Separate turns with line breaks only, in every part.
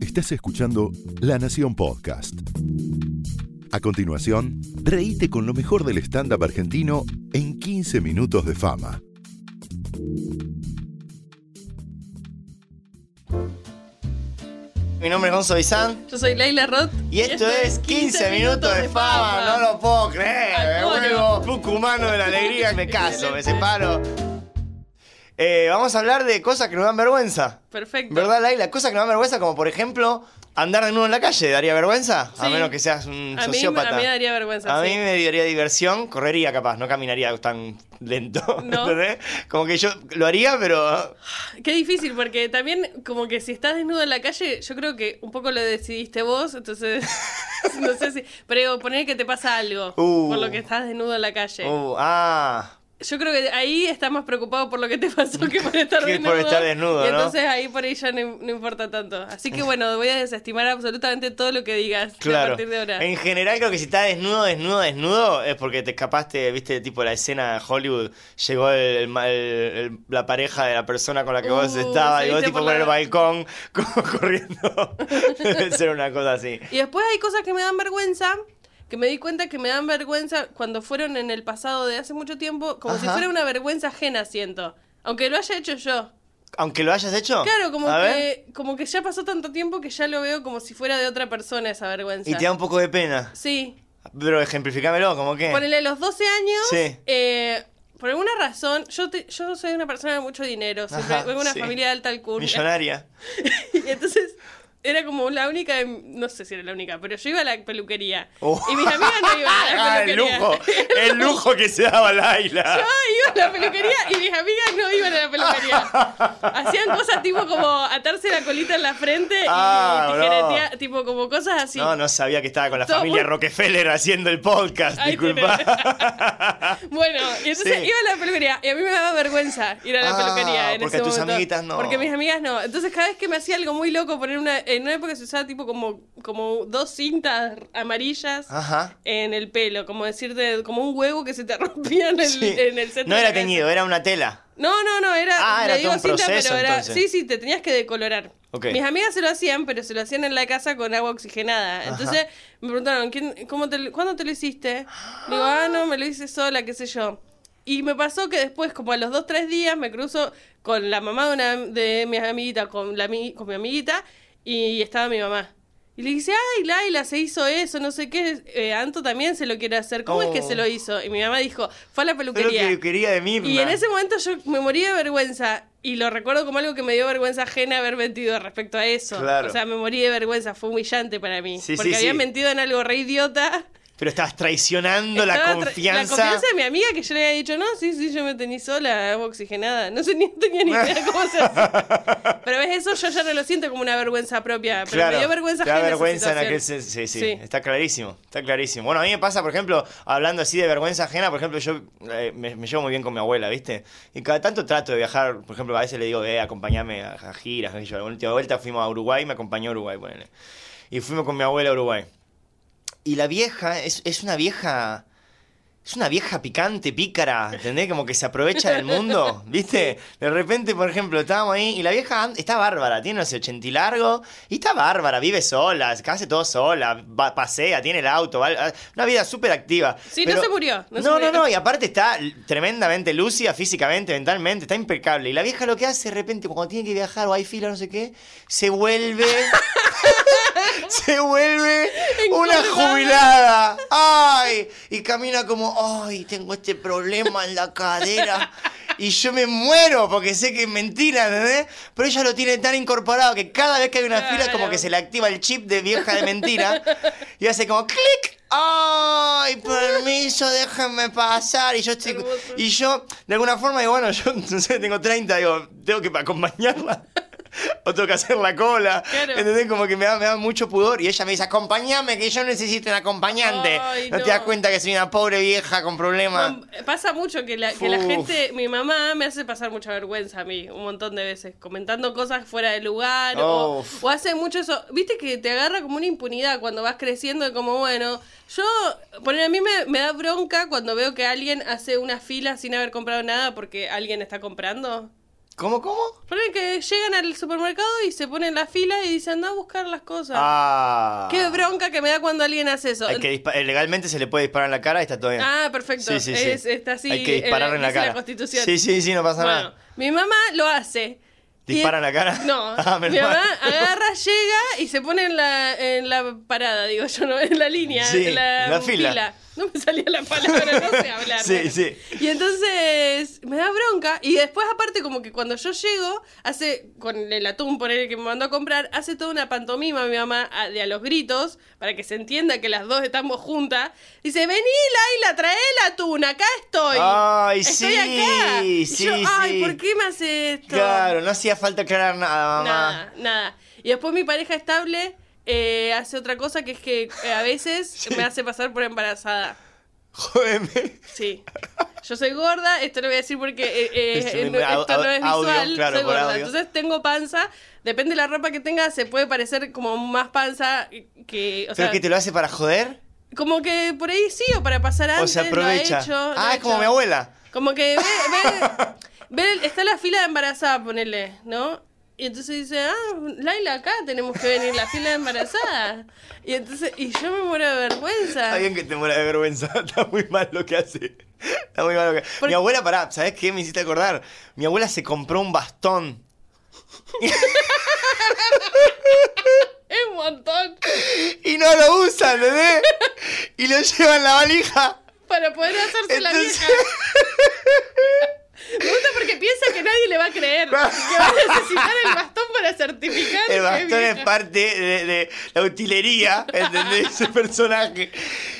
Estás escuchando La Nación Podcast. A continuación, reíte con lo mejor del stand-up argentino en 15 minutos de fama.
Mi nombre es Gonzo Bizán
Yo soy Laila Roth.
y esto, es 15 minutos de fama. No lo puedo creer. Me
Al
vuelvo
coro.
tucumano de la alegría. Me caso, me separo. Eh, vamos a hablar de cosas que nos dan vergüenza.
Perfecto.
¿Verdad, Laila? Cosas que nos dan vergüenza, como por ejemplo, andar de nuevo en la calle. ¿Daría vergüenza? A
Sí.
menos que seas un
A mí,
sociópata.
a mí me daría vergüenza.
A
sí.
mí me daría diversión, correría capaz, no caminaría tan lento,
No.
¿entendés? Como que yo lo haría, pero
Qué difícil, porque también, como que si estás desnudo en la calle, yo creo que un poco lo decidiste vos, entonces. no sé si. Pero digo, poner que te pasa algo
Uh.
por lo que estás desnudo en la calle.
Uh, ah,
Yo creo que ahí estás más preocupado por lo que te pasó que por estar
Que
desnudo.
por estar desnudo,
y
¿no?
entonces ahí por ahí ya no, no importa tanto. Así que bueno, voy a desestimar absolutamente todo lo que digas a
claro.
partir de ahora.
En general creo que si estás desnudo, desnudo, desnudo, es porque te escapaste, viste, tipo la escena de Hollywood, llegó el, el ma- el- el- la pareja de la persona con la que vos
Uh,
estabas y vos
saliste
tipo
por
con
la-
el balcón como corriendo. Debe ser una cosa así.
Y después hay cosas que me dan vergüenza, que me di cuenta que me dan vergüenza cuando fueron en el pasado de hace mucho tiempo, como si
Ajá.
fuera una vergüenza ajena, siento. Aunque lo haya hecho yo.
Aunque lo hayas hecho.
Claro, como
Oh. A ver.
que, como que ya pasó tanto tiempo que ya lo veo como si fuera de otra persona esa vergüenza.
Y te da un poco de pena.
Sí.
Pero ejemplificámelo, como que.
Ponele a los 12 años.
Eh. Sí.
eh, por alguna razón, yo te- yo soy una persona de mucho dinero. Siempre
Ajá,
vengo de una
sí.
familia de alta alcurnia.
Millonaria.
Y entonces era como la única, de- no sé si era la única, pero yo iba a la peluquería.
Oh.
Y mis amigas no iban a la
Ah, el
peluquería.
lujo. El lujo que se daba Laila.
Yo iba a la peluquería y mis amigas no iban a la peluquería. Hacían cosas tipo como atarse la colita en la frente y
Ah,
tijeretear, tipo como cosas así.
No, no sabía que estaba con la
Todo
familia
muy-
Rockefeller haciendo el podcast,
Ay,
disculpa.
Bueno, y entonces
Sí.
iba a la peluquería y a mí me daba vergüenza ir a la
Ah,
peluquería en
porque
ese
tus
momento.
amiguitas no.
Porque mis amigas no. Entonces cada vez que me hacía algo muy loco, poner una, en una época se usaba tipo como, como dos cintas amarillas
Ajá.
en el pelo, como decirte, como un huevo que se te rompía en el,
Sí.
en el centro
no
de
era
la cabeza.
teñido, era una tela.
No, no, no, era.
Ah, era
le digo
todo un
cinta,
proceso,
pero era.
entonces.
Sí, sí, te tenías que decolorar.
Ok.
Mis amigas se lo hacían, pero se lo hacían en la casa con agua oxigenada. Entonces me preguntaron, ¿quién, cómo te, lo- ¿cuándo te lo hiciste? Digo, ah, no, me lo hice sola, qué sé yo. Y me pasó que después, como a los dos, tres días, me cruzo con la mamá de, una, de mi amiguita, con, la, ami- con mi amiguita, y estaba mi mamá. Y le dice, ay, Laila, se hizo eso, no sé qué, eh, Anto también se lo quiere hacer, ¿cómo es que
Oh.
se lo hizo? Y mi mamá dijo, fue a la
Pero
peluquería.
que quería de Mirna.
Y en ese momento yo me moría de vergüenza y lo recuerdo como algo que me dio vergüenza ajena haber mentido respecto a eso.
Claro.
O sea, me morí de vergüenza, fue humillante para mí.
Sí,
porque
sí,
había
sí.
mentido en algo re idiota.
Pero estabas traicionando la
Estaba tra-
confianza.
La confianza de mi amiga que yo le había dicho, no, sí, sí, yo me tení sola, agua oxigenada. No sé, ni tenía ni idea cómo se hace. Pero ves, eso yo ya no lo siento como una vergüenza propia. Pero
Claro,
me dio vergüenza
te da
ajena. esa
vergüenza en
situación.
aquel sen- sí, sí,
Sí.
está clarísimo, está clarísimo. Bueno, a mí me pasa, por ejemplo, hablando así de vergüenza ajena, por ejemplo, yo eh, me, me llevo muy bien con mi abuela, ¿viste? Y cada tanto trato de viajar, por ejemplo, a veces le digo, eh, acompáñame a, a giras, qué sé yo. La última vuelta fuimos a Uruguay, me acompañó a Uruguay, ponele. Y fuimos con mi abuela a Uruguay. Y la vieja es, es una vieja... Es una vieja picante, pícara, ¿entendés? Como que se aprovecha del mundo, ¿viste? De repente, por ejemplo, estábamos ahí y la vieja an- está bárbara, tiene, no sé, 80 y largo, y está bárbara, vive sola, hace todo sola, va- pasea, tiene el auto, va- a- una vida súper activa.
Sí, no se murió, no
No,
se
no,
murió.
no, y aparte está l- tremendamente lúcida físicamente, mentalmente, está impecable. Y la vieja lo que hace de repente, cuando tiene que viajar o hay fila, no sé qué, se vuelve... se vuelve una
Encorvada.
jubilada. ¡Ay! Y camina como, ¡ay! Tengo este problema en la cadera. Y yo me muero porque sé que es mentira, ¿entendés? Pero ella lo tiene tan incorporado que cada vez que hay una fila es como
Claro.
que se le activa el chip de vieja de mentira y hace como clic. ¡Ay, permiso, déjenme pasar! Y yo estoy-
Hermoso.
y yo, de alguna forma, digo, bueno, yo no sé, tengo 30, digo, tengo que acompañarla. O tengo que hacer la cola.
Claro.
¿Entendés? Como que me da, me da mucho pudor. Y ella me dice, acompáñame, que yo necesito un acompañante.
Ay,
no,
no.
te das cuenta que soy una pobre vieja con problemas.
Mam, eh, Pasa mucho que la, que la
Uf.
gente, mi mamá me hace pasar mucha vergüenza a mí, un montón de veces, comentando cosas fuera de lugar o,
Uf.
o hace mucho eso. Viste que te agarra como una impunidad cuando vas creciendo, y como bueno, yo, poner a mí me, me da bronca cuando veo que alguien hace una fila sin haber comprado nada porque alguien está comprando.
¿Cómo, cómo?
Ponen que llegan al supermercado y se ponen en la fila y dicen, anda a buscar las cosas.
Ah.
Qué bronca que me da cuando alguien hace eso.
Hay que dispa- eh, legalmente se le puede disparar en la cara y está todo bien.
Ah, perfecto.
Sí, sí, sí.
Es- está así.
Hay que disparar
eh,
en la
dice
cara.
Constitución.
Sí, sí, sí, no pasa
Bueno,
nada.
mi mamá lo hace.
¿Dispara
Y-
en la cara?
No.
Ah, menos
mi mamá
mal.
agarra, llega y se pone en la, en la parada, digo yo, no, en la línea,
Sí,
en la,
la fila.
No me salía la palabra, no sé hablar.
Sí,
bueno.
sí.
Y entonces me da bronca. Y después, aparte, como que cuando yo llego, hace con el atún por el que me mandó a comprar, hace toda una pantomima mi mamá a- de a los gritos, para que se entienda que las dos estamos juntas. Dice: Vení, Laila, trae el atún, acá estoy.
Ay,
estoy
sí,
acá. Y
sí,
yo, Ay,
sí.
¿por qué me hace esto?
Claro, no hacía falta aclarar nada, mamá.
Nada, nada. Y después mi pareja estable eh, hace otra cosa que es que eh, a veces me hace pasar por embarazada.
Jódeme.
Sí. Yo soy gorda, esto lo voy a decir porque eh, eh,
Es
eh,
un-
no-
au-
esto no es
audio,
visual,
claro,
soy
por
gorda.
audio.
Entonces tengo panza, depende de la ropa que tenga, se puede parecer como más panza que...
¿Pero
O sea,
que te lo hace para joder?
como que por ahí sí o para pasar
O
antes,
se aprovecha.
lo ha hecho. lo
ah,
ha
es como
hecho.
mi abuela.
Como que ve, ve, ve el- está la fila de embarazada, ponele, ¿no? Y entonces dice, ah, Laila, acá tenemos que venir, la fila de embarazada. Y entonces, y yo me muero de vergüenza.
Está bien que te muera de vergüenza. Está muy mal lo que hace. Está muy mal lo que
Porque-
Mi abuela, pará, ¿sabes qué me hiciste acordar? Mi abuela se compró un bastón.
Es un montón
Y no lo usa, ¿entendés? Y lo lleva en la valija.
para poder hacerse la vieja.
Entonces-
Me gusta porque piensa que nadie le va a creer. Que va a necesitar el bastón para certificar. que
El
es
bastón es
vieja.
parte de, de la utilería, ¿entendés? Ese personaje.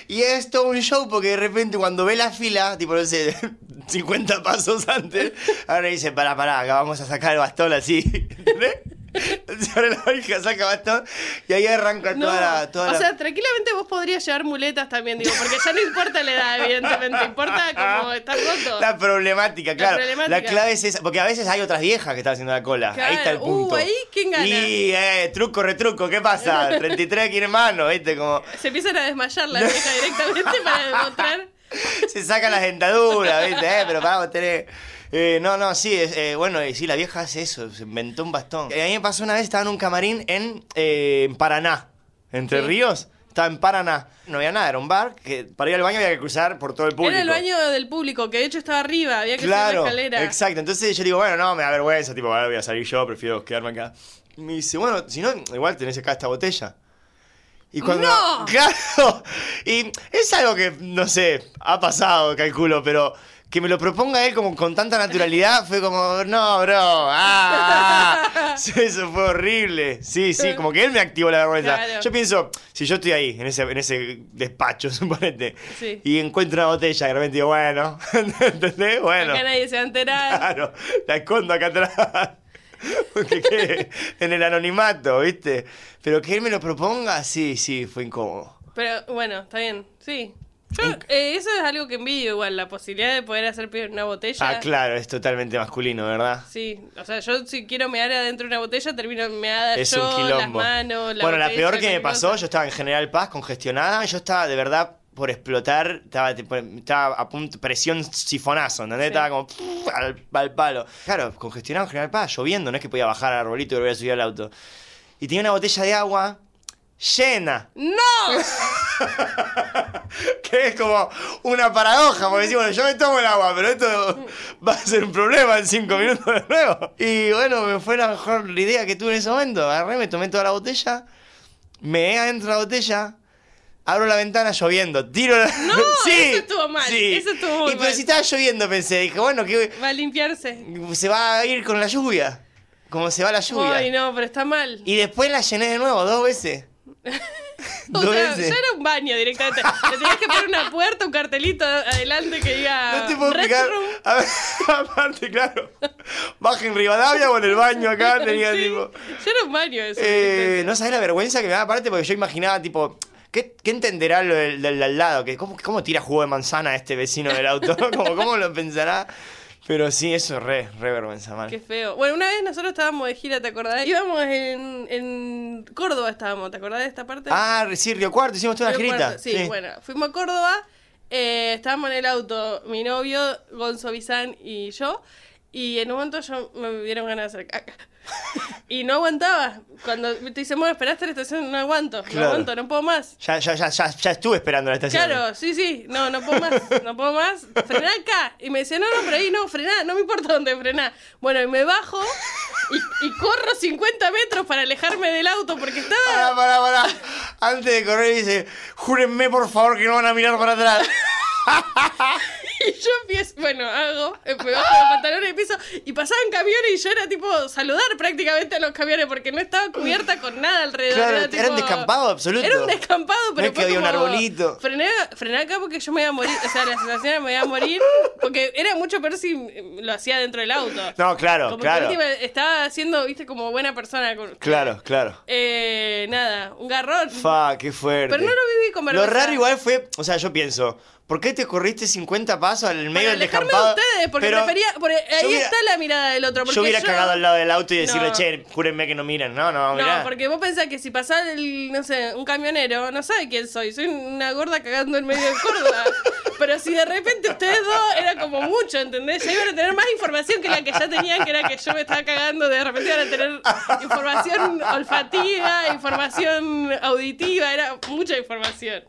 Y es todo un show porque de repente cuando ve la fila, tipo, no sé, 50 pasos antes, ahora dice, pará, pará, acá vamos a sacar el bastón así, ¿entendés? Entonces abre la valija, saca bastón y ahí arranca
No,
toda la... Toda
o
la-
sea, tranquilamente vos podrías llevar muletas también, digo, porque ya no importa la edad, evidentemente, importa como estar roto.
La problemática, claro. La,
problemática.
clave es esa. Porque a veces hay otras viejas que están haciendo la cola.
Claro.
Ahí está el
Uh,
punto.
ahí, ¿quién gana?
Y, eh, truco, retruco, ¿qué pasa? 33 aquí, hermano, ¿viste? Como
Se empiezan a desmayar la vieja directamente para demostrar.
se sacan las dentaduras, ¿viste? Eh, pero para vos tenés. Eh, no, no, sí, es, eh, bueno, y sí, la vieja hace eso, se inventó un bastón. Eh, A mí me pasó una vez, estaba en un camarín en, eh, en Paraná, Entre
Sí.
Ríos, estaba en Paraná. No había nada, era un bar que para ir al baño había que cruzar por todo el público.
Era el baño del público, que de hecho estaba arriba, había que
Claro,
subir la escalera.
exacto. Entonces yo digo, bueno, no, me da vergüenza, tipo, ahora voy a salir yo, prefiero quedarme acá. Y me dice, bueno, si no, igual tenés acá esta botella. Y cuando.
¡No!
¡Claro! Y es algo que, no sé, ha pasado, calculo, pero que me lo proponga él como con tanta naturalidad fue como, no, bro, ah, Sí, eso fue horrible. Sí, sí, como que él me activó la vergüenza.
Claro.
Yo pienso, si yo estoy ahí, en ese, en ese despacho, suponete,
Sí.
y encuentro una botella, y de repente digo, bueno, ¿entendés? Bueno,
Acá nadie se va a enterar.
claro, la escondo acá atrás. Porque quede en el anonimato, ¿viste? Pero que él me lo proponga, sí, sí, fue incómodo.
Pero bueno, está bien, sí. Yo, eh, eso es algo que envidio igual, la posibilidad de poder hacer pie en una botella.
Ah, claro, es totalmente masculino, ¿verdad?
Sí, o sea, yo si quiero mear adentro de una botella, termino meada
Es
yo,
un
las
quilombo.
manos, la
bueno, la
botella,
peor que me
cualquier
pasó,
cosa.
yo estaba en General Paz congestionada, yo estaba de verdad por explotar, estaba, tipo, estaba a punto, presión sifonazo, ¿entendés?
Sí.
Estaba como pff, al, al palo. Claro, congestionado en General Paz, lloviendo, no es que podía bajar al arbolito y volver a subir al auto. Y tenía una botella de agua llena,
¡No!
que es como una paradoja, porque decís, bueno, yo me tomo el agua, pero esto va a ser un problema en cinco minutos de nuevo. Y bueno, me fue la mejor idea que tuve en ese momento. Agarré, me tomé toda la botella, me adentro de la botella, abro la ventana lloviendo, tiro la...
No, eso estuvo mal, eso estuvo muy
Y pero
mal.
si estaba lloviendo, pensé, dije, bueno, que
Va a limpiarse.
se va a ir con la lluvia, como se va la lluvia.
Ay, no, pero está mal.
Y después la llené de nuevo, dos veces.
O
dos
sea,
veces.
ya era un baño directamente. Le tenías que poner una puerta, un cartelito adelante que diga.
No te puedo explicar.
restroom.
A ver, aparte, claro. Baja en Rivadavia o en el baño acá, tenía
Sí,
tipo.
Ya era un baño eso.
Eh, no sabés la vergüenza que me da, aparte, porque yo imaginaba, tipo. ¿Qué, qué entenderá lo del, del al lado? Que, ¿cómo, ¿Cómo tira jugo de manzana este vecino del auto? Como, ¿Cómo lo pensará? Pero sí, eso es re, re vergüenza, mal.
Qué feo. Bueno, una vez nosotros estábamos de gira, ¿te acordás? Íbamos en, en Córdoba, estábamos, ¿te acordás de esta parte?
Ah, sí, Río Cuarto, hicimos toda una
Río
girita.
Cuarto, Sí, bueno, fuimos a Córdoba, eh, estábamos en el auto, mi novio, Gonzo Bizán y yo. Y en un momento yo me dieron ganas de hacer caca. Y no aguantaba. Cuando te dicen, bueno, esperaste la estación, no aguanto,
Claro.
no aguanto, no puedo más.
Ya, ya, ya, ya, ya estuve esperando la estación.
Claro, sí, sí, no, no puedo más, no puedo más, frená acá. Y me decía, no, no, por ahí no, frená, no me importa dónde frená. Bueno, y me bajo y, y corro 50 metros para alejarme del auto porque
Pará,
estaba...
pará, pará. Antes de correr dice, júrenme por favor que no van a mirar para atrás.
Y yo empiezo, bueno, hago, eh, me bajo los pantalones y empiezo, y pasaban camiones y yo era tipo saludar prácticamente a los camiones porque no estaba cubierta con nada alrededor.
Claro,
era,
era un
tipo-
descampado absoluto.
Era un descampado, pero
es que
fue
había un
como,
arbolito.
Frené, frené acá porque yo me iba a morir, o sea, la sensación era me iba a morir porque era mucho peor si eh, lo hacía dentro del auto.
No, claro,
Como que
claro.
última estaba haciendo, viste, como buena persona. con-
Claro, claro.
Eh, nada, un garrón.
Fa, qué fuerte.
Pero no lo viví con
Lo
vergüenza.
raro igual fue, o sea, yo pienso, ¿por qué te corriste 50 pasos al medio
Para
del
alejarme
descampado?
de ustedes, porque
Pero
prefería. Porque ahí
yo hubiera-
está la mirada del otro. Porque
yo hubiera cagado al lado del auto y decirle,
No.
che, júrenme que no miran. No, no, mirá.
No, porque vos pensás que si pasás, el, no sé, un camionero, no sabe quién soy. Soy una gorda cagando en medio de Córdoba. Pero si de repente ustedes dos era como mucho, ¿entendés? Ya iban a tener más información que la que ya tenían, que era que yo me estaba cagando. De repente iban a tener información olfativa, información auditiva, era mucha información.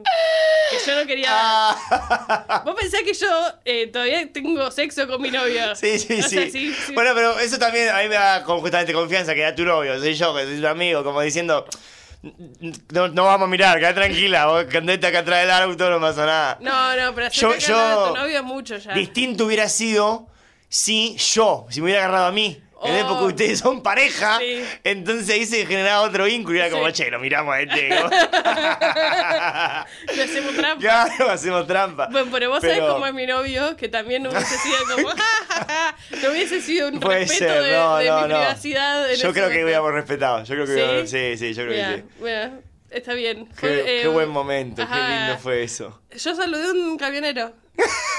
Que yo no quería. dar.
Ah.
Vos pensás que yo eh, todavía tengo sexo con mi novio.
Sí, sí,
O sea,
sí. Bueno, pero eso también a mí me da como justamente confianza, que era tu novio, soy yo, que soy tu amigo, como diciendo, no, no vamos a mirar, quedá tranquila, vos candete acá atrás del auto, no pasa nada.
No, no, pero hacer
Yo-
caca al
yo-
lado de tu novio es mucho ya.
Distinto hubiera sido si yo, si me hubiera agarrado a mí. En la
Oh.
época que ustedes son pareja,
Sí.
entonces ahí se generaba otro vínculo. y Era como,
Sí.
che, lo miramos a este. como,
Lo hacemos trampa.
claro, hacemos trampa.
Bueno, pero vos sabés
Pero-
cómo es mi novio, que también no hubiese sido como. "Ja, ja, ja". no hubiese sido un
Puede
respeto
ser,
de,
no,
de
no,
mi
no.
privacidad. en
Yo
ese
creo que
momento.
hubiéramos respetado. Yo creo que
¿Sí?
hubiéramos- sí, sí, yo creo
Mirá,
que sí.
mirá, está bien.
Qué,
Fue, eh,
qué buen momento, qué
ajá.
lindo fue eso.
Yo saludé a un camionero.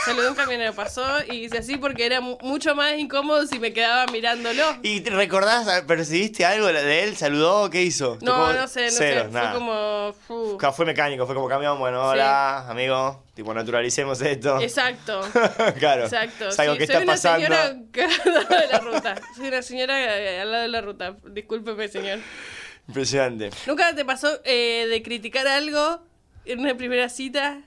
Saludé a un camionero, pasó y hice así porque era mu- mucho más incómodo si me quedaba mirándolo.
¿Y te recordás, percibiste algo de él? ¿Saludó? ¿Qué hizo?
No,
Tocó-
no sé, no
cero,
sé.
nada.
Fue como. "Fu".
Ca- Fue mecánico, fue como camión, bueno, hola, amigo, tipo, naturalicemos esto.
Exacto.
claro.
Exacto.
Es algo
sí,
que
soy
está
una
pasando.
señora que- al lado de la ruta. Soy una señora eh, al lado de la ruta. Discúlpeme, señor.
Impresionante.
¿Nunca te pasó eh, de criticar algo en una primera cita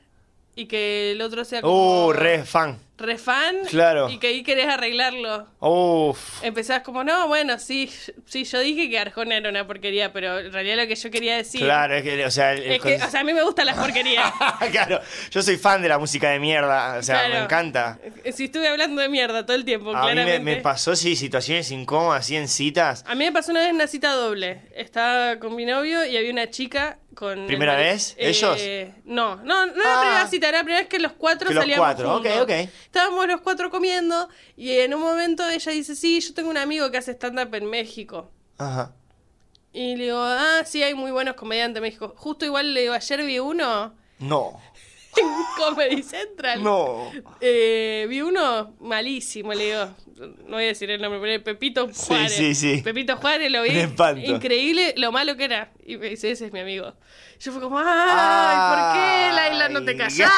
y que el otro sea como
Uh, re fan.
re fan
Claro.
y que ahí querés arreglarlo?
Uf.
Empezás como, no, bueno, sí, sí, yo dije que Arjona era una porquería, pero en realidad lo que yo quería decir
Claro, es que, o sea, el- el
es que,
con-
o sea, a mí me gustan las porquerías.
claro, yo soy fan de la música de mierda, o sea, me
Claro.
encanta.
Si estuve hablando de mierda todo el tiempo,
A mí me,
claramente.
me pasó, sí, situaciones incómodas, así en citas.
A mí me pasó una vez una cita doble. Estaba con mi novio y había una chica con. el
¿Primera
mari-
vez? ¿Ellos?
No, no, no era
Ah.
la primera cita, era la primera vez que los cuatro
Que los
salíamos.
cuatro,
juntos.
ok, ok.
Estábamos los cuatro comiendo y en un momento ella dice: Sí, yo tengo un amigo que hace stand-up en México.
Ajá.
Y le digo: Ah, sí, hay muy buenos comediantes en México. Justo igual le digo: Ayer vi uno
No.
en Comedy Central.
No.
Eh, vi uno malísimo, le digo. No voy a decir el nombre, pero era Pepito
Sí,
Juárez.
sí, sí.
Pepito Juárez lo vi.
Un espanto.
Increíble lo malo que era. Y me dice, ese es mi amigo. Yo fue como, ¡ay! ¿Por qué, Laila, no te
Ay.
callás?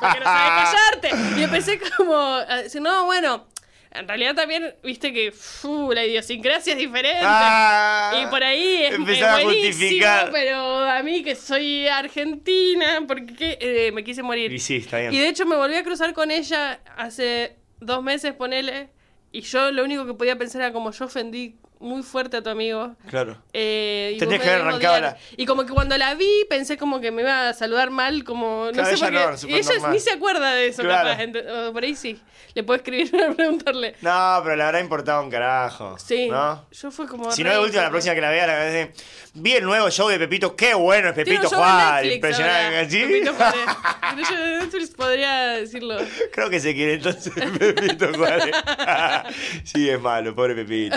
Porque no sabes callarte. Y empecé como a decir, no, bueno. En realidad también, viste que fu, la idiosincrasia es diferente.
Ah.
Y por ahí es, es
Empezaba a
buenísimo,
justificar.
pero a mí que soy argentina, porque eh, me quise morir.
Y sí, está bien.
Y de hecho me volví a cruzar con ella hace dos meses, ponele, y yo lo único que podía pensar era como yo ofendí muy fuerte a tu amigo.
Claro.
Eh, y
Tenías que
vos me
haber
debes
arrancado
odiar.
la-
Y como que cuando la vi pensé como que me iba a saludar mal, como no
Claro,
sé
ella
por qué.
no, súper
y ella
normal.
ni se acuerda de eso,
Claro.
capaz. ent- o por ahí sí. Le puedo escribir para preguntarle.
No, pero le habrá importado un carajo.
Sí.
¿No?
Yo fue como.
Si
re
no, de última, la
incómoda.
próxima que la vea, la verdad es que vi el nuevo show de Pepito. Qué bueno es
Tiene
Pepito
un show en
Juárez.
Netflix ahora,
Impresionante. ¿Sí?
Pepito Juárez. Tiene un show en Netflix, podría decirlo.
Creo que se quiere entonces Pepito Juárez. sí, es malo, pobre Pepito.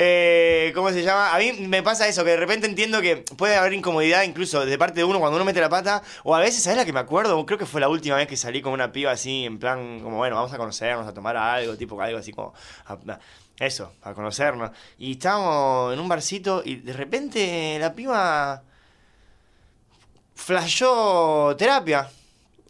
Eh, ¿Cómo se llama? A mí me pasa eso, que de repente entiendo que puede haber incomodidad incluso de parte de uno cuando uno mete la pata. O a veces, ¿sabes la que me acuerdo? Creo que fue la última vez que salí con una piba así, en plan, como bueno, vamos a conocernos, a tomar algo, tipo algo así como. a- a- eso, a conocernos. Y estábamos en un barcito y de repente la piba flashó terapia.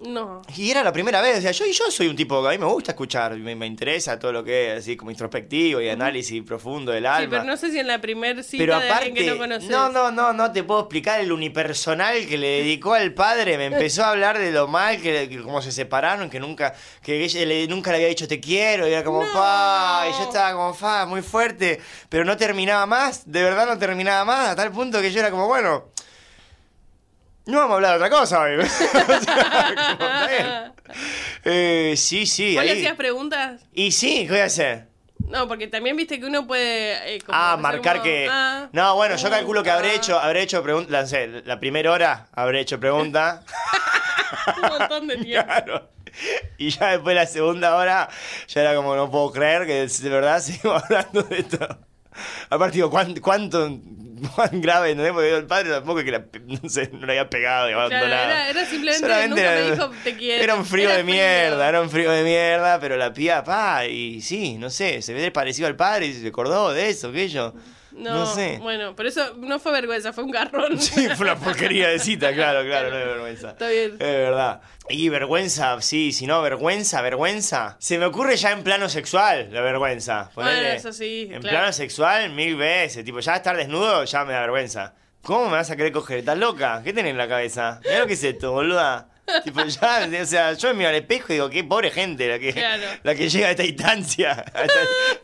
No.
Y era la primera vez, o sea, yo, y yo soy un tipo que a mí me gusta escuchar, me, me interesa todo lo que es así como introspectivo y análisis profundo del alma.
Sí, pero no sé si en la primer cita
Pero
de
aparte,
alguien que no conoces.
no, no, no, no te puedo explicar el unipersonal que le dedicó al padre. Me empezó a hablar de lo mal que, que cómo se separaron, que nunca, que ella le- nunca le había dicho te quiero, y era como
No.
pa, y yo estaba como fa, muy fuerte, pero no terminaba más, de verdad no terminaba más, a tal punto que yo era como, bueno, no vamos a hablar de otra cosa hoy. O sea, como, está bien. Eh, sí, sí,
¿Vos le
ahí-
hacías preguntas?
Y sí, ¿qué voy a hacer?
No, porque también viste que uno puede. eh, como
Ah,
hacer
marcar
como,
que.
ah,
no, bueno, yo
uh,
calculo que habré
ah.
hecho, habré hecho preguntas. La, no sé, la primera hora habré hecho pregunta.
ah, Un montón de tiempo.
claro. Y ya después la segunda hora, ya era como, no puedo creer que de verdad sigo hablando de esto. Aparte, digo, ¿cuán- ¿cuánto, cuán grave? ¿entendés? Porque el padre tampoco es que la, no, sé, no la había pegado y
Claro,
abandonado.
era- era simplemente, nunca me dijo, "Te quiero".
Era un frío
Era
de
frío.
mierda, era un frío de mierda, pero la pía, pa, y sí, no sé, se ve parecido al padre y se acordó de eso, aquello.
No,
no sé.
Bueno, pero eso no fue vergüenza, fue un garrón.
Sí, fue una porquería de cita, claro, claro, no Eh, hay vergüenza.
Está bien.
Es verdad. Y vergüenza, sí, si no, vergüenza, vergüenza. Se me ocurre ya en plano sexual la vergüenza.
Bueno,
Ponele.
eso sí,
En
claro.
plano sexual, mil veces. Tipo, ya estar desnudo ya me da vergüenza. ¿Cómo me vas a querer coger? ¿Estás loca? ¿Qué tenés en la cabeza? Mirá lo que es esto, boluda. Tipo, ya, o sea, yo me miro al espejo y digo, qué pobre gente la que,
Claro.
la que llega a esta instancia. A esta,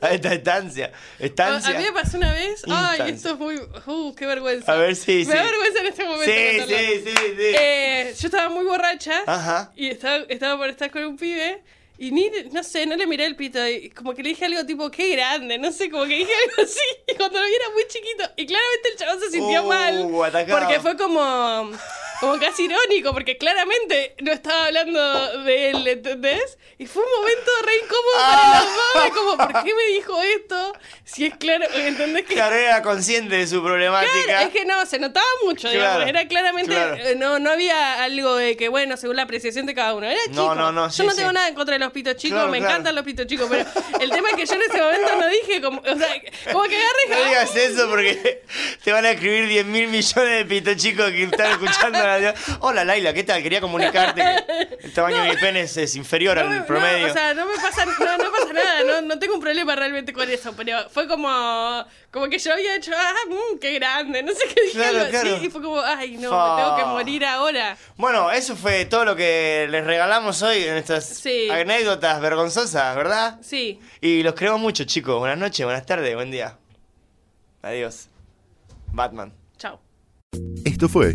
a esta estancia.
A,
Estancia.
a mí me pasó una vez. Ay,
Instancia.
esto es muy. Uh, qué vergüenza.
A ver, sí,
Me
sí.
da vergüenza en este momento.
sí,
contarlo.
sí, sí, sí.
Eh, yo estaba muy borracha
Ajá.
y estaba, estaba por estar con un pibe y ni, no sé, no le miré el pito y como que le dije algo tipo, qué grande, no sé, como que dije algo así y cuando lo vi era muy chiquito y claramente el chabón se sintió
Uh,
mal
atacado.
porque fue como, como casi irónico porque claramente no estaba hablando de él, ¿entendés? Y fue un momento re incómodo
Ah.
para los dos, era como, ¿por qué me dijo esto? Si es claro, ¿entendés que
Claro, era consciente de su problemática.
Claro, es que no, se notaba mucho, digamos.
Claro,
era claramente,
claro.
eh, no, no había algo de que, bueno, según la apreciación de cada uno. Era
No,
chico.
no, no,
yo
sí,
no
sí.
tengo nada en contra de los pitos chicos,
Claro,
me
claro.
encantan los pitos chicos, pero el tema es que yo en ese momento no dije, como, o sea, como que agarré y dije,
No digas
"Ay".
eso porque te van a escribir 10 mil millones de pito chicos que están escuchando la Hola Laila, ¿qué tal? Quería comunicarte que el tamaño de mi pene es, es inferior
"Ah, No me-
al
no,
promedio.
o sea, no me pasa, no, no pasa nada, no, no tengo un problema realmente con eso, pero fue como, como que yo había hecho, ah, mm, qué grande, no sé qué dije,
Claro,
algo así,
claro.
y fue como, ay, no,
Fa.
me tengo que morir ahora.
Bueno, eso fue todo lo que les regalamos hoy en estas
Sí.
anécdotas vergonzosas, ¿verdad?
Sí.
Y los queremos mucho, chicos. Buenas noches, buenas tardes, buen día. Adiós. Batman.
Chao.
Esto fue